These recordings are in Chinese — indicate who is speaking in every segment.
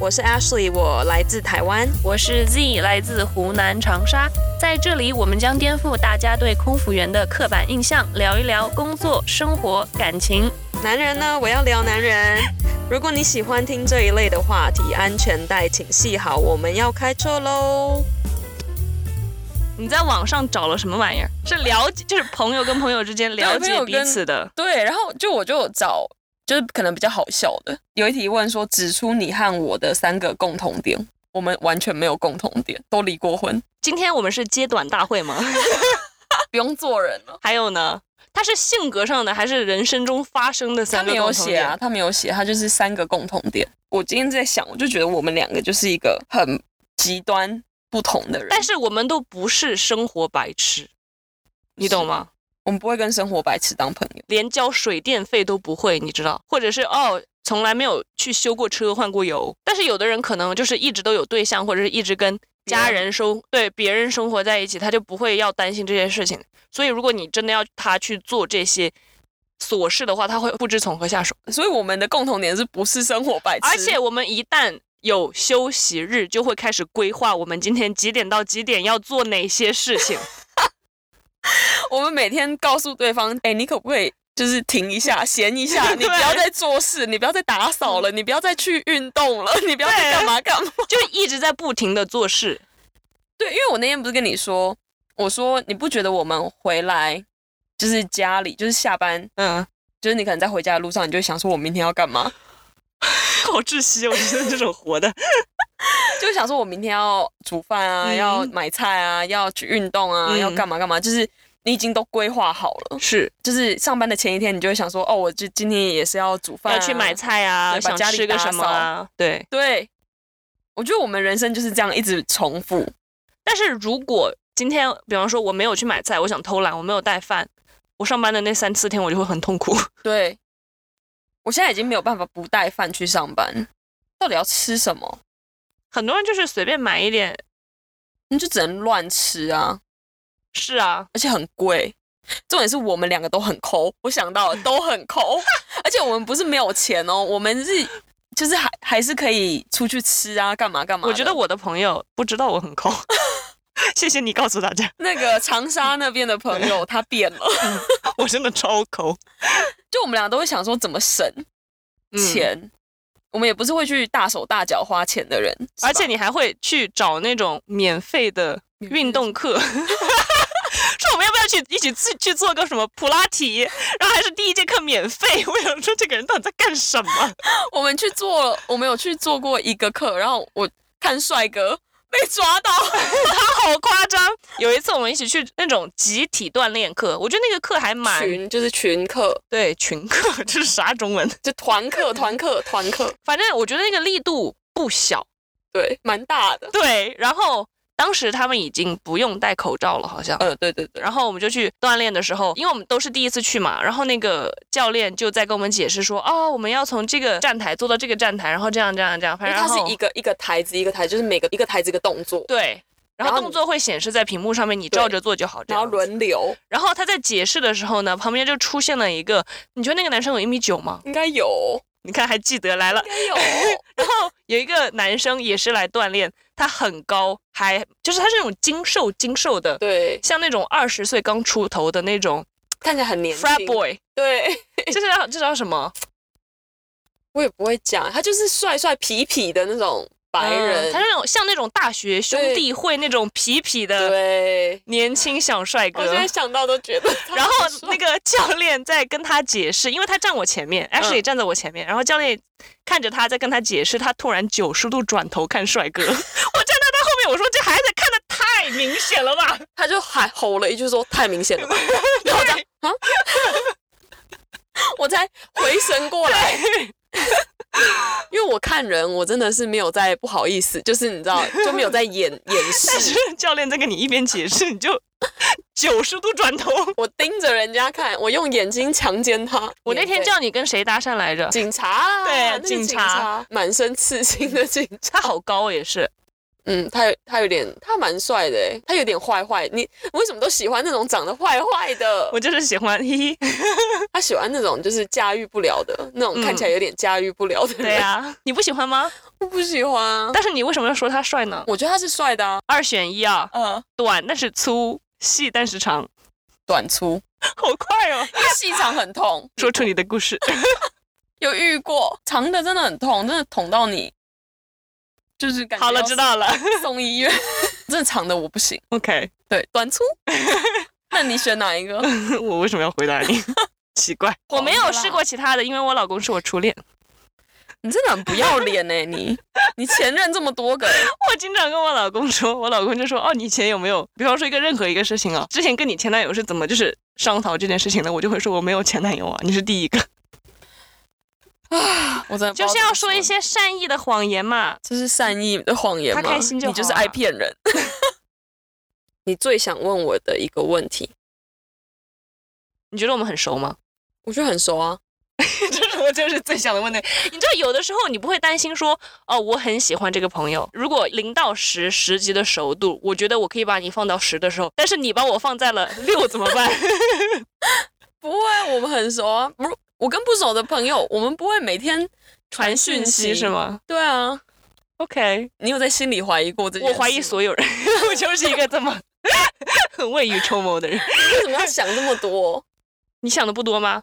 Speaker 1: 我是 Ashley，我来自台湾。
Speaker 2: 我是 Z，来自湖南长沙。在这里，我们将颠覆大家对空服员的刻板印象，聊一聊工作、生活、感情。
Speaker 1: 男人呢？我要聊男 人。如果你喜欢听这一类的话题，安全带请系好，我们要开车喽。
Speaker 2: 你在网上找了什么玩意儿？是了解，就是朋友跟朋友之间了
Speaker 3: 对朋
Speaker 2: 解
Speaker 3: 友
Speaker 2: 彼
Speaker 3: 跟
Speaker 2: 此的。
Speaker 3: 对，然后就我就找，就是可能比较好笑的，有一题问说指出你和我的三个共同点，我们完全没有共同点，都离过婚，
Speaker 2: 今天我们是接短大会吗？
Speaker 3: 不用做人了。
Speaker 2: 还有呢？他是性格上的，还是人生中发生的
Speaker 3: 他
Speaker 2: 三个
Speaker 3: 没有
Speaker 2: 共同
Speaker 3: 写啊，
Speaker 2: 点？
Speaker 3: 他没有写，他就是三个共同点。我今天在想，我就觉得我们两个就是一个很极端不同的人，
Speaker 2: 但是我们都不是生活白痴，你懂吗？
Speaker 3: 我们不会跟生活白痴当朋友。
Speaker 2: 连交水电费都不会，你知道？或者是哦，从来没有去修过车、换过油。但是有的人可能就是一直都有对象，或者是一直跟家人生对别人生活在一起，他就不会要担心这些事情。所以如果你真的要他去做这些琐事的话，他会不知从何下手。
Speaker 3: 所以我们的共同点是不是生活白痴？
Speaker 2: 而且我们一旦有休息日，就会开始规划我们今天几点到几点要做哪些事 情。
Speaker 3: 我们每天告诉对方，哎、你可不可以就是停一下，闲一 下，你
Speaker 2: 对
Speaker 3: 不要再做事，你不要再打扫了，你不要再去运动 了，你不要再干嘛干嘛。
Speaker 2: 就一直在不停的做事，
Speaker 3: 对，因为我那天不是跟你说，我说你不觉得我们回来就是家里，就是下班，
Speaker 2: 嗯，
Speaker 3: 就是你可能在回家的路上，你就会想说我明天要干嘛，
Speaker 2: 好窒息哦，我觉得这种活的，
Speaker 3: 就会想说我明天要煮饭啊，
Speaker 2: 嗯
Speaker 3: 要买菜啊，要去运动啊，
Speaker 2: 嗯
Speaker 3: 要干嘛干嘛，就是你已经都规划好了。
Speaker 2: 是
Speaker 3: 就是上班的前一天，你就会想说，哦，我就今天也是要煮饭、
Speaker 2: 要去买。菜啊，
Speaker 3: 对把
Speaker 2: 想
Speaker 3: 家里
Speaker 2: 吃个
Speaker 3: 打
Speaker 2: 什么啊，对。
Speaker 3: 对，我觉得我们人生就是这样一直重复。
Speaker 2: 但是如果今天，比方说我没有去买菜，我想偷懒，我没有带饭，我上班的那三四天我就会很痛苦。
Speaker 3: 对，我现在已经没有办法不带饭去上班，到底要吃什么？
Speaker 2: 很多人就是随便买一点，
Speaker 3: 你就只能乱吃啊，
Speaker 2: 是啊，
Speaker 3: 而且很贵。重点是我们两个都很抠，我想到了都很抠， 而且我们不是没有钱哦，我们是就是还还是可以出去吃啊，干嘛干嘛的。
Speaker 2: 我觉得我的朋友不知道我很抠， 谢谢你告诉大家，
Speaker 3: 那个长沙那边的朋 友他变了，
Speaker 2: 我真的超抠。
Speaker 3: 就我们俩都会想说怎么省
Speaker 2: 嗯
Speaker 3: 钱，我们也不是会去大手大脚花钱的人，是吧
Speaker 2: 而且你还会去找那种免费的运动课， 说我们要不要去一起去去做个什么普拉提，然后还是第一节课免费。 我想说这个人到底在干什么？
Speaker 3: 我们去做，我们有去做过一个课，然后我看帅哥被抓到，
Speaker 2: 他 好夸张！有一次我们一起去那种集体锻炼课，我觉得那个课还蛮
Speaker 3: 就是群课，
Speaker 2: 对群课，这是啥中文？
Speaker 3: 就团课、团课、团课，
Speaker 2: 反正我觉得那个力度不小。
Speaker 3: 对，蛮大的。
Speaker 2: 对，然后当时他们已经不用戴口罩了，好像。
Speaker 3: 呃，对对对，
Speaker 2: 然后我们就去锻炼的时候，因为我们都是第一次去嘛，然后那个教练就在跟我们解释说，哦，我们要从这个站台坐到这个站台，然后这样这样这样，
Speaker 3: 因
Speaker 2: 反
Speaker 3: 为
Speaker 2: 正
Speaker 3: 它
Speaker 2: 然
Speaker 3: 是
Speaker 2: 后
Speaker 3: 一个一个台子一个台子，就是每个一个台子一个动作，
Speaker 2: 对，然
Speaker 3: 然
Speaker 2: 后
Speaker 3: 后
Speaker 2: 动作会显示在屏幕上面，你照着做就好。这
Speaker 3: 然后
Speaker 2: 样子。
Speaker 3: 轮流，
Speaker 2: 然后他在解释的时候呢，旁边就出现了一个，你觉得那个男生有一米九吗？
Speaker 3: 应该有，
Speaker 2: 你看还记得来了，
Speaker 3: 应该有，
Speaker 2: 然后有一个男生也是来锻炼，他很高，还就是他是那种精瘦精瘦的，
Speaker 3: 对，
Speaker 2: 像那种二十岁刚出头的那种
Speaker 3: 看起来很年轻
Speaker 2: frat boy，
Speaker 3: 对，
Speaker 2: 这叫这叫什么？
Speaker 3: 我也不会讲，他就是帅帅痞痞的那种白人，
Speaker 2: 嗯他是那种像那种大学兄弟会那种痞痞的
Speaker 3: 对，
Speaker 2: 年轻小帅哥
Speaker 3: 我。现在想到都觉得他 很帅，
Speaker 2: 然后那个教练在跟他解释，因为他站我前面，Ashley
Speaker 3: 嗯
Speaker 2: 站在我前面，然后教练看着他在跟他解释，他突然九十度转头看帅 哥，我站在他后面，我说这孩子看的太明显了 吧？
Speaker 3: 他就喊吼了一句说：“太明显了吧！”然后我这样啊， 我才回神过来，因为我看人，我真的是没有在不好意思，就是你知道，就没有在掩掩
Speaker 2: 但是
Speaker 3: 饰。
Speaker 2: 教练在跟你一边解释，你就 九十度转头。
Speaker 3: 我盯着人家看，我用眼睛强奸他。
Speaker 2: 我那天
Speaker 3: 对
Speaker 2: 叫你跟谁搭讪来着？
Speaker 3: 警察啊，
Speaker 2: 对
Speaker 3: 那个警
Speaker 2: 警察
Speaker 3: 满身刺青的警
Speaker 2: 他
Speaker 3: 察。
Speaker 2: 好高也是，
Speaker 3: 嗯，他有他有点，他蛮帅的诶，他有点坏坏。你为什么都喜欢那种长得坏坏的？
Speaker 2: 我就是喜欢，嘿嘿。
Speaker 3: 他喜欢那种就是驾驭不了的那种，
Speaker 2: 嗯
Speaker 3: 看起来有点驾驭不了的人。
Speaker 2: 对啊呀、
Speaker 3: 啊
Speaker 2: 你不喜欢吗？
Speaker 3: 我不喜欢啊。
Speaker 2: 但是你为什么要说他帅呢？
Speaker 3: 我觉得他是帅的啊，
Speaker 2: 二选一啊，
Speaker 3: 嗯，
Speaker 2: 短但是粗，细但是长，
Speaker 3: 短粗，
Speaker 2: 好快哦！
Speaker 3: 因为细长很痛，
Speaker 2: 说出你的故 事，
Speaker 3: 有遇过长的真的很痛，真的捅到你，就是感觉
Speaker 2: 好了，
Speaker 3: 要
Speaker 2: 知道了。
Speaker 3: 送医院。 真的长的我不行，
Speaker 2: OK，
Speaker 3: 对，短粗。 那你选哪一个？
Speaker 2: 我为什么要回答你？ 奇怪，我没有试过其他的，因为我老公是我初恋。
Speaker 3: 你真的很不要脸呢、你你前任这么多个，
Speaker 2: 我经常跟我老公说，我老公就说：“哦，你以前有没有？比方说一个任何一个事情啊，之前跟你前男友是怎么就是商讨这件事情的？”我就会说：“我没有前男友啊，你是第一个。
Speaker 3: 我真的”不知
Speaker 2: 就
Speaker 3: 道
Speaker 2: 是
Speaker 3: 怎
Speaker 2: 要
Speaker 3: 么
Speaker 2: 说一，些善意的谎言嘛。
Speaker 3: 这是善意的谎言吗？
Speaker 2: 他开心就好啊
Speaker 3: 你就是爱骗人。 你最想问我的一个问题，
Speaker 2: 你觉得我们很熟吗？
Speaker 3: 我觉得很熟啊，
Speaker 2: 这是我就是最想的问题。你知道，有的时候你不会担心说，哦，我很喜欢这个朋友。如果零到十十级的熟度，我觉得我可以把你放到十的时候，但是你把我放在了 六怎么办？
Speaker 3: 不会，我们很熟啊。不，我跟不熟的朋友，我们不会每天
Speaker 2: 传 讯息是？吗
Speaker 3: 对啊，
Speaker 2: ？OK，
Speaker 3: 你有在心里怀疑过这 件
Speaker 2: 我
Speaker 3: 事？
Speaker 2: 怀疑所有人， 我就是一个这么 很未雨绸缪的人。
Speaker 3: 为什么要想这么多？
Speaker 2: 你想的不多吗？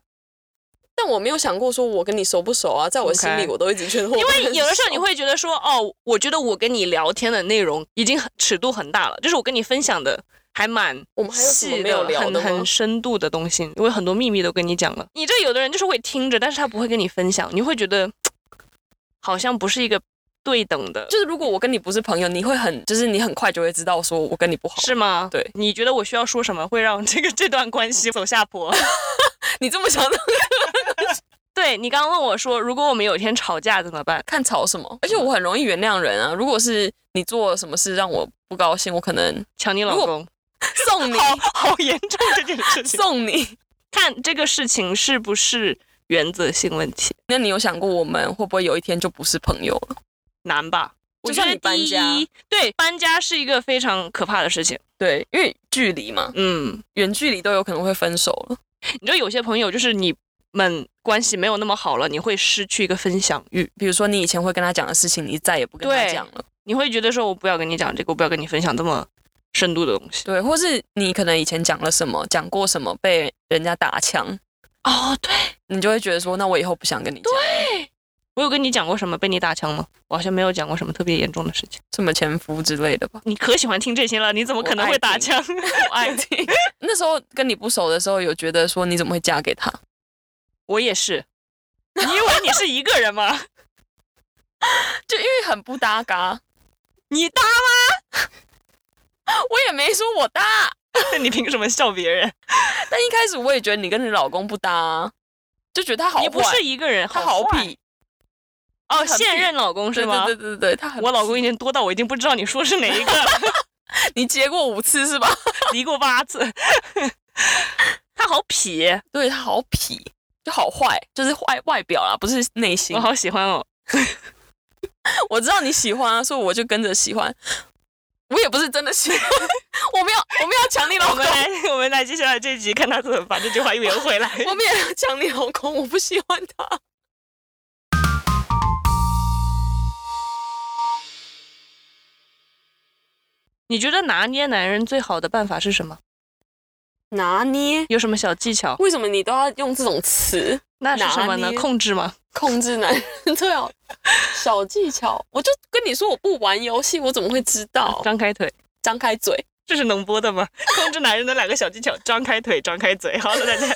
Speaker 3: 但我没有想过说我跟你熟不熟啊，在我心里
Speaker 2: OK
Speaker 3: 我都一直觉得我
Speaker 2: 因为有的时候你
Speaker 3: 会。
Speaker 2: 会觉得说，哦，我觉得我跟你聊天的内容已经很尺度很大了，就是我跟你分享的还蛮
Speaker 3: 我们还有什么
Speaker 2: 细
Speaker 3: 没有
Speaker 2: 的、
Speaker 3: 聊的
Speaker 2: 很
Speaker 3: 吗
Speaker 2: 很深度的东西，因为很多秘密都跟你讲了。你这有的人就是会听着，但是他不会跟你分享，你会觉得好像不是一个对等的，
Speaker 3: 就是如果我跟你不是朋友，你会很就是你很快就会知道说我跟你不好。
Speaker 2: 是吗？
Speaker 3: 对
Speaker 2: 你觉得我需要说什么会让这个 这段关系走下坡？
Speaker 3: 你这么想的，
Speaker 2: 对你刚刚问我说，如果我们有一天吵架怎么办？
Speaker 3: 看吵什么？而且我很容易原谅人啊。如果是你做了什么事让我不高兴，我可 能
Speaker 2: 抢你老
Speaker 3: 如果
Speaker 2: 公，
Speaker 3: 送你
Speaker 2: 好严重这件事情。
Speaker 3: 送你。
Speaker 2: 看这个事情是不是原则性问题，
Speaker 3: 那你有想过我们会不会有一天就不是朋友了？
Speaker 2: 难吧？我
Speaker 3: 就
Speaker 2: 觉
Speaker 3: 像
Speaker 2: 得
Speaker 3: 你搬
Speaker 2: 第
Speaker 3: 家
Speaker 2: 一，对搬家是一个非常可怕的事情。
Speaker 3: 对，因为距离嘛，
Speaker 2: 嗯，
Speaker 3: 远距离都有可能会分手了。
Speaker 2: 你知道有些朋友就是你们关系没有那么好了，你会失去一个分享欲，
Speaker 3: 比如说你以前会跟他讲的事情，你再也不跟他
Speaker 2: 对
Speaker 3: 讲了。
Speaker 2: 你会觉得说我不要跟你讲这个，我不要跟你分享这么深度的东西。
Speaker 3: 对，或是你可能以前讲了什么，讲过什么被人家打枪，
Speaker 2: 哦，对，
Speaker 3: 你就会觉得说，那我以后不想跟你讲了。
Speaker 2: 我有跟你讲过什么被你打枪吗？我好像没有讲过什么特别严重的事情。
Speaker 3: 什么前夫之类 的吧。
Speaker 2: 你可喜欢听这些了，你怎么可能会打枪？
Speaker 3: 我爱听。那时候跟你不熟的时候，有觉得说你怎么会嫁给他？
Speaker 2: 我也是，你以为 你是一个人吗？
Speaker 3: 就因为很不搭嘎，
Speaker 2: 你搭
Speaker 3: 我也没说我搭，
Speaker 2: 吗？你凭什么笑别人？
Speaker 3: 但一开始我也觉得你跟你老公不搭啊，就觉得他好
Speaker 2: 你不
Speaker 3: 坏
Speaker 2: 是一个人，
Speaker 3: 他好
Speaker 2: 坏
Speaker 3: 痞，
Speaker 2: 哦，
Speaker 3: 很痞
Speaker 2: 现任老公是吗？
Speaker 3: 对对对对对，他很
Speaker 2: 我老公已
Speaker 3: 痞，
Speaker 2: 经多到我已经不知道你说是哪一个了，
Speaker 3: 你结过五次是吧？
Speaker 2: 离过八次。 他好痞，
Speaker 3: 对他好痞，就好坏，就是坏外表啦，不是内心
Speaker 2: 我。好喜欢 哦。
Speaker 3: 我知道你喜欢啊，所以我就跟着喜欢。我也不是真的喜欢， 我们要我们要抢你老
Speaker 2: 我
Speaker 3: 公
Speaker 2: 们，来，我们来接下来这一集，看他怎么把这句话圆回来。
Speaker 3: 我们也要抢你老公，我不喜欢他。
Speaker 2: 你觉得拿捏男人最好的办法是什么？
Speaker 3: 拿捏
Speaker 2: 有什么小技巧？
Speaker 3: 为什么你都要用这种词
Speaker 2: 那是什么
Speaker 3: 拿
Speaker 2: 呢？
Speaker 3: 捏
Speaker 2: 控制吗？
Speaker 3: 控制男人？ 对哦，小技巧，我就跟你说我不玩游戏，我怎么会知道？
Speaker 2: 张开腿，
Speaker 3: 张开嘴，
Speaker 2: 这是能播的 吗？控制男人的两个小技巧：张开腿，张开嘴。好了，大家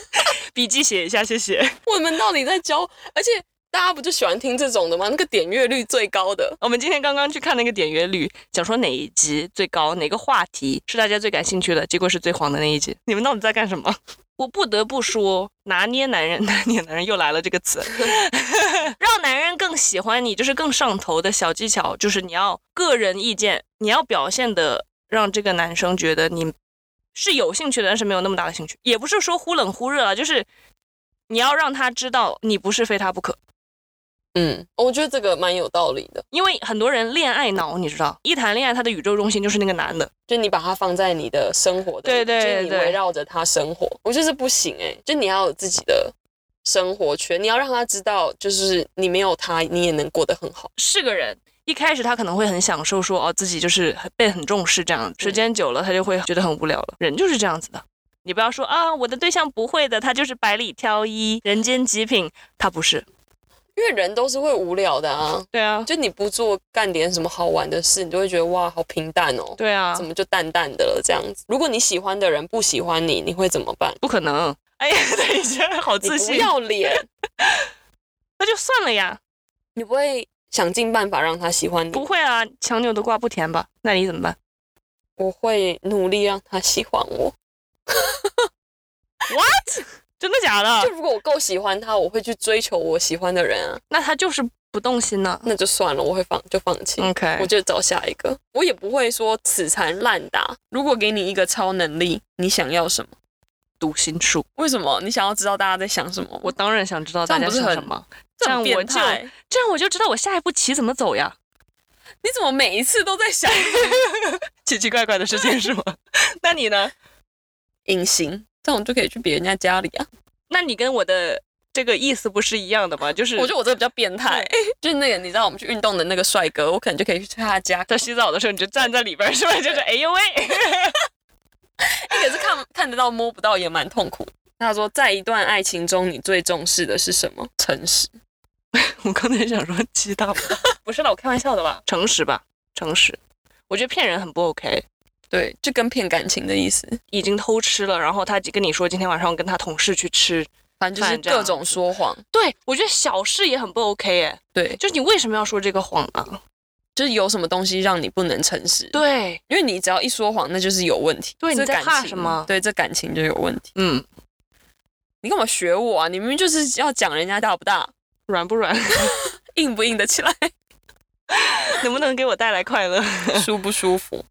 Speaker 2: 笔记写一下，谢谢。
Speaker 3: 我们到底在教？而且大家不就喜欢听这种的吗？那个点阅率最高的，
Speaker 2: 我们今天刚刚去看那个点阅率，讲说哪一集最高，哪个话题是大家最感兴趣的，结果是最黄的那一集。你们到底在干什么？我不得不说，拿捏男人，拿捏男人又来了这个词，让男人更喜欢你，就是更上头的小技巧，就是你要个人意见，你要表现的让这个男生觉得你是有兴趣的，但是没有那么大的兴趣，也不是说忽冷忽热啊，就是你要让他知道你不是非他不可。
Speaker 3: 嗯，我觉得这个蛮有道理的，
Speaker 2: 因为很多人恋爱脑，你知道，一谈恋爱，他的宇宙中心就是那个男的。
Speaker 3: 就你把它放在你的生活的，
Speaker 2: 对对
Speaker 3: 就是你
Speaker 2: 对
Speaker 3: 围绕着他生活，我觉得这不行哎、就你要有自己的生活圈，你要让他知道，就是你没有他，你也能过得很好。
Speaker 2: 是个人，一开始他可能会很享受说，哦，自己就是很被很重视这样，时间久了他就会觉得很无聊了。人就是这样子的，你不要说啊，我的对象不会的，他就是百里挑一，人间极品，他不是。
Speaker 3: 因为人都是会无聊的啊，
Speaker 2: 对啊，
Speaker 3: 就你不做干点什么好玩的事，你就会觉得哇，好平淡哦，
Speaker 2: 对啊
Speaker 3: 怎，么就淡淡的了这样子？如果你喜欢的人不喜欢你，你会怎么办？
Speaker 2: 不可能。哎呀， 等一下，好
Speaker 3: 你
Speaker 2: 自
Speaker 3: 不
Speaker 2: 信，
Speaker 3: 要脸，
Speaker 2: 那就算了呀。
Speaker 3: 你不会想尽办法让他喜欢你，
Speaker 2: 不会啊，强扭的瓜不甜吧？那你怎么办？
Speaker 3: 我会努力让他喜欢我。
Speaker 2: 真的假
Speaker 3: 就
Speaker 2: 的？
Speaker 3: 如果我够喜欢他，我会去追求我喜欢的人啊，
Speaker 2: 那他就是不动心呢、
Speaker 3: 那就算了，我会放就放弃。
Speaker 2: OK，
Speaker 3: 我就找下一个，我也不会说死缠烂打。如果给你一个超能力，你想要什么？
Speaker 2: 读心术。
Speaker 3: 为什么你想要知道大家在想什么？
Speaker 2: 我当然想知道
Speaker 3: 这
Speaker 2: 大
Speaker 3: 样
Speaker 2: 家
Speaker 3: 不是
Speaker 2: 想
Speaker 3: 很
Speaker 2: 什么，
Speaker 3: 这
Speaker 2: 这
Speaker 3: 样
Speaker 2: 样我
Speaker 3: 变
Speaker 2: 就
Speaker 3: 态，
Speaker 2: 这样我就知道我下一步棋怎么走 呀。
Speaker 3: 你怎么每一次都在想
Speaker 2: 奇奇怪怪的事情是吗？ 那你呢？
Speaker 3: 隐形？这样我就可以去别人家家里啊。
Speaker 2: 那你跟我的这个意思不是一样的吗？就是
Speaker 3: 我觉得我这个比较变态， 就是那个你知道我们去运动的那个帅哥，我可能就可以去他家。
Speaker 2: 在洗澡的时候你就站在里边儿是吧？ 就是哎呦喂，
Speaker 3: 可是看看得到摸不到也蛮痛苦。他说，在一段爱情中，你最重视的是什么？诚实。
Speaker 2: 我刚才想说鸡大不大，不是啦，我开玩笑的啦，诚实吧，诚实。我觉得骗人很不 OK，
Speaker 3: 对，就跟骗感情的意思，
Speaker 2: 已经偷吃了，然后他跟你说今天晚上跟他同事去吃，
Speaker 3: 反正就是
Speaker 2: 反正这样
Speaker 3: 各种说谎。
Speaker 2: 对我觉得小事也很不 OK 哎，
Speaker 3: 对，
Speaker 2: 就是你为什么要说这个谎啊？
Speaker 3: 就是有什么东西让你不能诚实？，
Speaker 2: 对，
Speaker 3: 因为你只要一说谎，那就是有问题。
Speaker 2: 对
Speaker 3: 这
Speaker 2: 你在
Speaker 3: 感
Speaker 2: 怕
Speaker 3: 情
Speaker 2: 什么
Speaker 3: 对，这感情就有问题。
Speaker 2: 嗯，
Speaker 3: 你干嘛学我啊？你明明就是要讲人家大不大，
Speaker 2: 软不软，
Speaker 3: 硬不硬得起来，
Speaker 2: 能不能给我带来快乐？
Speaker 3: 舒不舒服？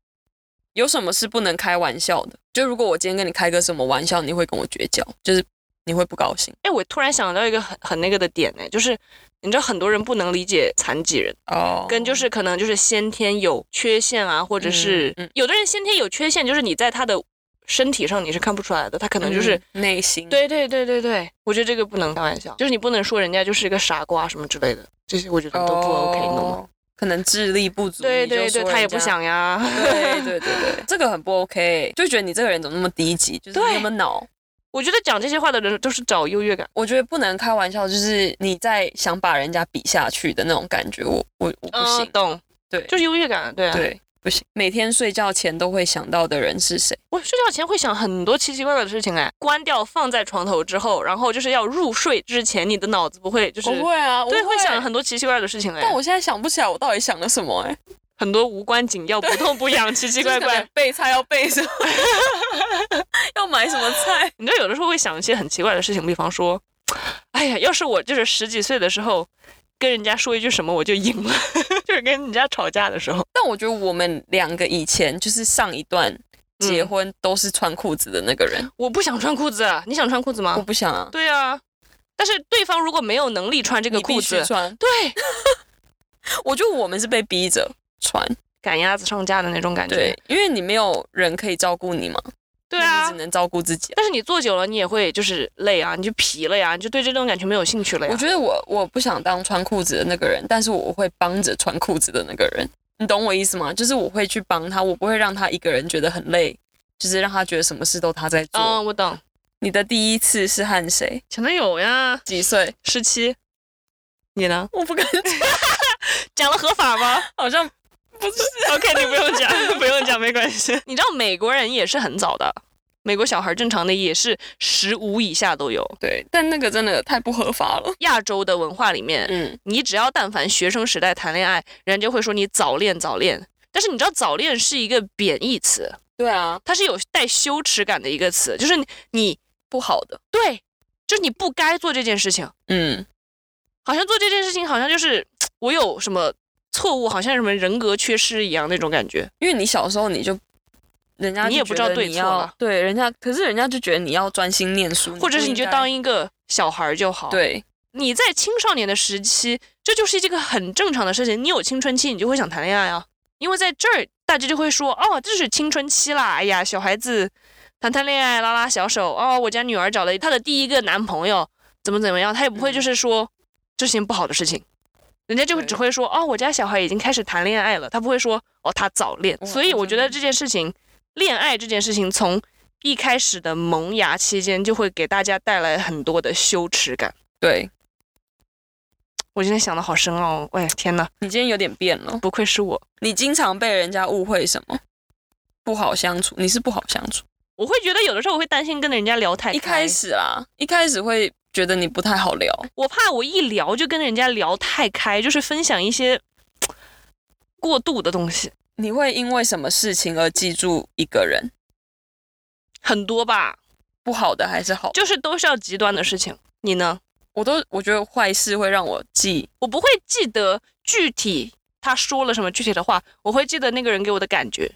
Speaker 3: 有什么是不能开玩笑的？就如果我今天跟你开个什么玩笑，你会跟我绝交，就是你会不高兴
Speaker 2: 哎，我突然想到一个很很那个的点呢，就是你知道很多人不能理解残疾人，
Speaker 3: 哦
Speaker 2: 跟就是可能就是先天有缺陷啊，或者是、
Speaker 3: 嗯嗯
Speaker 2: 有的人先天有缺陷，就是你在他的身体上你是看不出来的，他可能嗯就是、
Speaker 3: 内心
Speaker 2: 对对对对对，我觉得这个不能开玩笑，就是你不能说人家就是一个傻瓜什么之类的，这些我觉得都不 OK，、你懂吗？
Speaker 3: 哦可能智力不足，
Speaker 2: 对
Speaker 3: 你就
Speaker 2: 对对，
Speaker 3: 说
Speaker 2: 他也
Speaker 3: 人
Speaker 2: 不
Speaker 3: 家
Speaker 2: 想呀。
Speaker 3: 对对对对，这个很不 OK，就觉得你这个人怎么那么低级，就是
Speaker 2: 对
Speaker 3: 那么恼。
Speaker 2: 我觉得讲这些话的人都是找优越感，
Speaker 3: 我觉得不能开玩笑，就是你在想把人家比下去的那种感觉，我我我不行。
Speaker 2: 哦懂？
Speaker 3: 对
Speaker 2: 就是优越感，对啊。
Speaker 3: 对，不行。每天睡觉前都会想到的人是谁？
Speaker 2: 我睡觉前会想很多奇奇怪怪的事情哎，关掉放在床头之后，然后就是要入睡之前，你的脑子不会就是
Speaker 3: 啊，
Speaker 2: 对会想。很多奇奇怪怪的事情哎，
Speaker 3: 但我现在想不起来我到底想了什么哎、欸，
Speaker 2: 很多无关紧要、不痛不痒、奇奇怪
Speaker 3: 就是可能
Speaker 2: 怪。
Speaker 3: 备菜要备什么， 要买什么菜？
Speaker 2: 你知道有的时候会想一些很奇怪的事情，比方说，哎呀，要是我就是十几岁的时候跟人家说一句什么我就赢了， 就是跟人家吵架的时候，
Speaker 3: 但我觉得我们两个以前就是上一段结婚都是穿裤子的那个人，
Speaker 2: 我不想穿裤子，你想穿裤子
Speaker 3: 我
Speaker 2: 吗？
Speaker 3: 不想啊，
Speaker 2: 对啊，但是对方如果没有能力穿这
Speaker 3: 你
Speaker 2: 个
Speaker 3: 必
Speaker 2: 裤
Speaker 3: 须
Speaker 2: 子，
Speaker 3: 穿。
Speaker 2: 对，
Speaker 3: 我觉得我们是被逼着穿，
Speaker 2: 赶鸭子上架的那种感觉
Speaker 3: 对。，因为你没有人可以照顾你嘛，
Speaker 2: 对
Speaker 3: 那
Speaker 2: 啊
Speaker 3: 你只，能照顾自己啊、
Speaker 2: 但是你坐久了，你也会就是累啊，你就疲了呀，你就对这种感觉没有兴趣了呀。
Speaker 3: 我觉得我我不想当穿裤子的那个人，但是我会帮着穿裤子的那个人，你懂我意思吗？就是我会去帮他，我不会让他一个人觉得很累，就是让他觉得什么事都他在做。
Speaker 2: 嗯，我懂，
Speaker 3: 你的第一次是和谁？
Speaker 2: 前男友呀，
Speaker 3: 几岁？
Speaker 2: 十七，你呢？
Speaker 3: 我不敢讲，
Speaker 2: 讲了合法吗
Speaker 3: 好像不是。
Speaker 2: ？OK，你不用讲， 不用讲，没关系。 你知道美国人也是很早的，美国小孩正常的也是十五以下都有。
Speaker 3: 对，但那个真的太不合法了。
Speaker 2: 亚洲的文化里面，
Speaker 3: 嗯，
Speaker 2: 你只要但凡学生时代谈恋爱，人家就会说你早恋早恋。但是你知道早恋是一个贬义词，
Speaker 3: 对啊，
Speaker 2: 它是有带羞耻感的一个词，就是你你
Speaker 3: 不好的。
Speaker 2: 对，就是你不该做这件事情，
Speaker 3: 嗯，
Speaker 2: 好像做这件事情好像就是我有什么错误，好像什么人格缺失一样那种感觉。
Speaker 3: 因为你小时候你就。人家
Speaker 2: 你也
Speaker 3: 就
Speaker 2: 不
Speaker 3: 觉
Speaker 2: 知道
Speaker 3: 得
Speaker 2: 对
Speaker 3: 你
Speaker 2: 错
Speaker 3: 要
Speaker 2: 了
Speaker 3: 对人家，可是人家就觉得你要专心念书，
Speaker 2: 或者是你就
Speaker 3: 嗯不应该
Speaker 2: 当一个小孩儿就好。，
Speaker 3: 对
Speaker 2: 你在青少年的时期，这就是这个很正常的事情。你有青春期，你就会想谈恋爱啊，因为在这儿大家就会说，哦，这是青春期啦，哎呀，小孩子谈谈恋爱，拉拉小手，哦，我家女儿找了她的第一个男朋友，怎么怎么样，她也不会就是说这是件不好的事情。人家就会
Speaker 3: 对
Speaker 2: 只会说哦，我家小孩已经开始谈恋爱了，他不会说哦，他早恋。
Speaker 3: 哇
Speaker 2: 所以我觉
Speaker 3: 真
Speaker 2: 得
Speaker 3: 的
Speaker 2: 这件事情，恋爱这件事情，从一开始的萌芽期间，就会给大家带来很多的羞耻感。
Speaker 3: 对，
Speaker 2: 我今天想的好深奥、哦，哎，天哪，
Speaker 3: 你今天有点变了，
Speaker 2: 不愧是我，
Speaker 3: 你经常被人家误会什么不好相处，你是不好相处。
Speaker 2: 我会觉得有的时候我会担心跟人家聊太开，
Speaker 3: 一开始啊，一开始会觉得你不太好聊，
Speaker 2: 我怕我一聊就跟人家聊太开，就是分享一些过度的东西，
Speaker 3: 你会因为什么事情而记住一个人，
Speaker 2: 很多吧，
Speaker 3: 不好的还是好的？
Speaker 2: 就是都是要极端的事情。你呢？
Speaker 3: 我都我觉得坏事会让我记，
Speaker 2: 我不会记得具体他说了什么具体的话，我会记得那个人给我的感觉，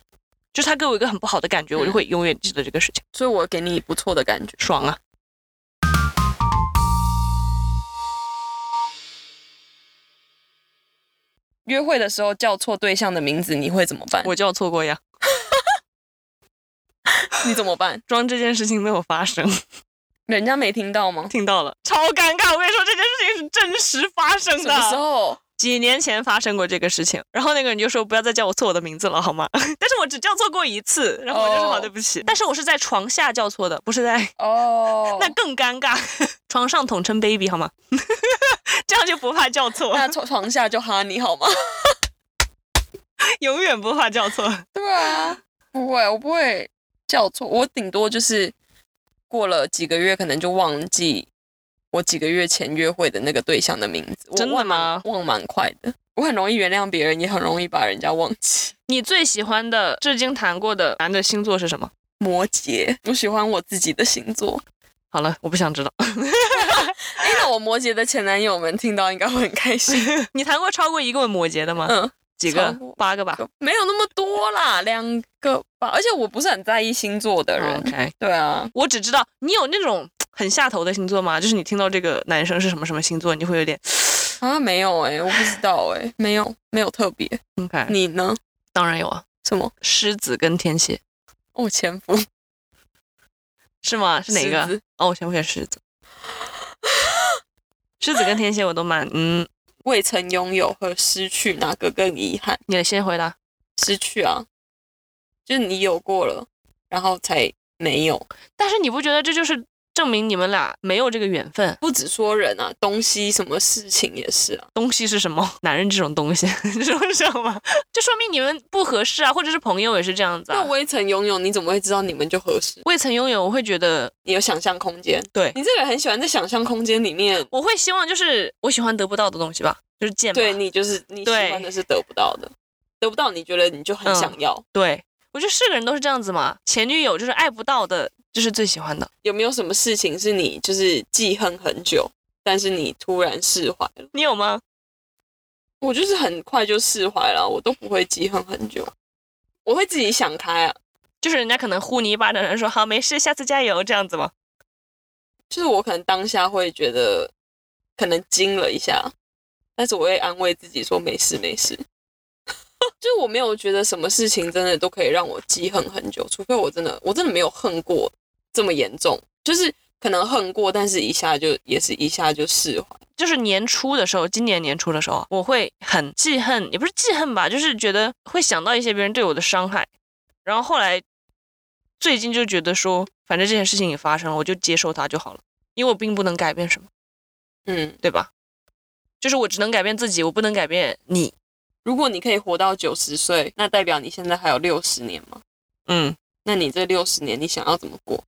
Speaker 2: 就是他给我一个很不好的感觉，我就会永远记得这个事情，
Speaker 3: 所以我给你不错的感觉。
Speaker 2: 爽啊！
Speaker 3: 约会的时候叫错对象的名字，你会怎么办？
Speaker 2: 我叫错过呀，
Speaker 3: 你怎么办？
Speaker 2: 装这件事情没有发生。
Speaker 3: 人家没听到吗？
Speaker 2: 听到了，超尴尬。我跟你说，这件事情是真实发生的。
Speaker 3: 什么时候？
Speaker 2: 几年前发生过这个事情，然后那个人就说不要再叫我错我的名字了，好吗？ 但是我只叫错过一次，然后我就说
Speaker 3: 哦
Speaker 2: 好，对不起。但是我是在床下叫错的，不是在，，
Speaker 3: 哦
Speaker 2: 那更尴尬。床上统称 baby 好吗？ 这样就不怕叫错，
Speaker 3: 那床床下就哈你好吗？
Speaker 2: 永远不怕叫错。
Speaker 3: 对啊，不会，我不会叫错，我顶多就是过了几个月，可能就忘记我几个月前约会的那个对象的名字。我
Speaker 2: 真的
Speaker 3: 忘蛮
Speaker 2: 吗
Speaker 3: 忘蛮快的，我很容易原谅别人，也很容易把人家忘记。
Speaker 2: 你最喜欢的至今谈过的男的星座是什么？
Speaker 3: 摩羯，我喜欢我自己的星座。
Speaker 2: 好了，我不想知道。
Speaker 3: 哎，那我摩羯的前男友们听到应该会很开心。
Speaker 2: 你谈过超过一个摩羯的吗？
Speaker 3: 嗯，
Speaker 2: 几个
Speaker 3: 超过？
Speaker 2: 八个吧。
Speaker 3: 没有那么多啦，两个吧。而且我不是很在意星座的人。
Speaker 2: OK，
Speaker 3: 对啊，
Speaker 2: 我只知道你有那种很下头的星座吗？就是你听到这个男生是什么什么星座，你会有点
Speaker 3: 啊没有哎、我不知道哎、没有没有特别。
Speaker 2: OK。
Speaker 3: 你呢？
Speaker 2: 当然有啊，
Speaker 3: 什么？
Speaker 2: 狮子跟天蝎
Speaker 3: 哦，前夫
Speaker 2: 是吗？是哪个
Speaker 3: 狮子？
Speaker 2: 哦，我想不起来狮子。狮子跟天蝎我都蛮嗯，
Speaker 3: 未曾拥有和失去哪个更遗憾？
Speaker 2: 你先回答。
Speaker 3: 失去啊，就是你有过了，然后才没有。
Speaker 2: 但是你不觉得这就是证明你们俩没有这个缘分？
Speaker 3: 不只说人啊，东西什么事情也是啊。
Speaker 2: 东西是什么？男人这种东西， 你知道吗？就说明你们不合适啊，或者是朋友也是这样子
Speaker 3: 那
Speaker 2: 啊。
Speaker 3: 未曾拥有，你怎么会知道你们就合适？
Speaker 2: 未曾拥有，我会觉得
Speaker 3: 你有想象空间，
Speaker 2: 对，
Speaker 3: 你这个人很喜欢在想象空间里面。
Speaker 2: 我会希望就是我喜欢得不到的东西吧，就是见吧。
Speaker 3: 对你就是你喜
Speaker 2: 对
Speaker 3: 欢的是得不到的，得不到你觉得你就很
Speaker 2: 嗯
Speaker 3: 想要。
Speaker 2: 对，我觉得是个人都是这样子嘛。前女友就是爱不到的，就是最喜欢的。
Speaker 3: 有没有什么事情是你就是记恨很久，但是你突然释怀了？
Speaker 2: 你有吗？
Speaker 3: 我就是很快就释怀了，我都不会记恨很久，我会自己想开啊。
Speaker 2: 就是人家可能呼你一巴掌，然后说好没事，下次加油这样子吗？
Speaker 3: 就是我可能当下会觉得可能惊了一下，但是我会安慰自己说没事没事。 就是我没有觉得什么事情真的都可以让我记恨很久，除非我真的我真的没有恨过这么严重，就是可能恨过，但是一下就也是一下就释怀。
Speaker 2: 就是年初的时候，今年年初的时候，我会很记恨，也不是记恨吧，就是觉得会想到一些别人对我的伤害。然后后来最近就觉得说，反正这件事情也发生了，我就接受它就好了，因为我并不能改变什么，
Speaker 3: 嗯，
Speaker 2: 对吧？就是我只能改变自己，我不能改变你。
Speaker 3: 如果你可以活到九十岁，那代表你现在还有六十年嘛？
Speaker 2: 嗯，
Speaker 3: 那你这六十年你想要怎么过？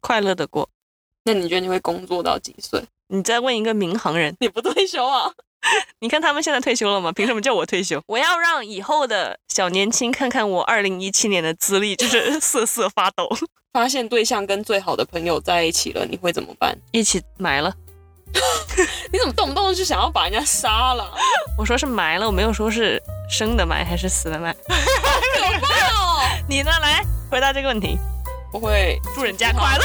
Speaker 2: 快乐的过。
Speaker 3: 那你觉得你会工作到几岁？
Speaker 2: 你再问一个民航人。
Speaker 3: 你不退休啊？
Speaker 2: 你看他们现在退休了吗？凭什么叫我退休？我要让以后的小年轻看看我二零一七年的资历，就是 瑟瑟发抖。
Speaker 3: 发现对象跟最好的朋友在一起了，你会怎么办？
Speaker 2: 一起埋了，
Speaker 3: 你怎么动不动就想要把人家杀了？啊
Speaker 2: 我说是埋了，我没有说是生的埋还是死的埋。
Speaker 3: 可怕哦！
Speaker 2: 你呢？来回答这个问题。
Speaker 3: 我会
Speaker 2: 祝人家快乐。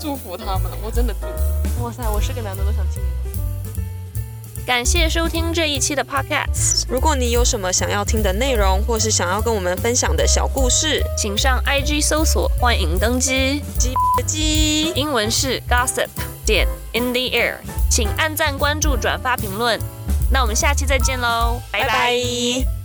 Speaker 3: 祝福他们，我真的祝福。
Speaker 2: 哇塞，我是个男的都想亲你。感谢收听这一期的 Podcast，
Speaker 1: 如果你有什么想要听的内容，或是想要跟我们分享的小故事，
Speaker 2: 请上 IG 搜索“欢迎登机
Speaker 1: 鸡鸡”，。
Speaker 2: 英文是 Gossip 点 In the Air，请按赞、关注、转发、评论。那我们下期再见喽，拜拜哦
Speaker 1: 拜拜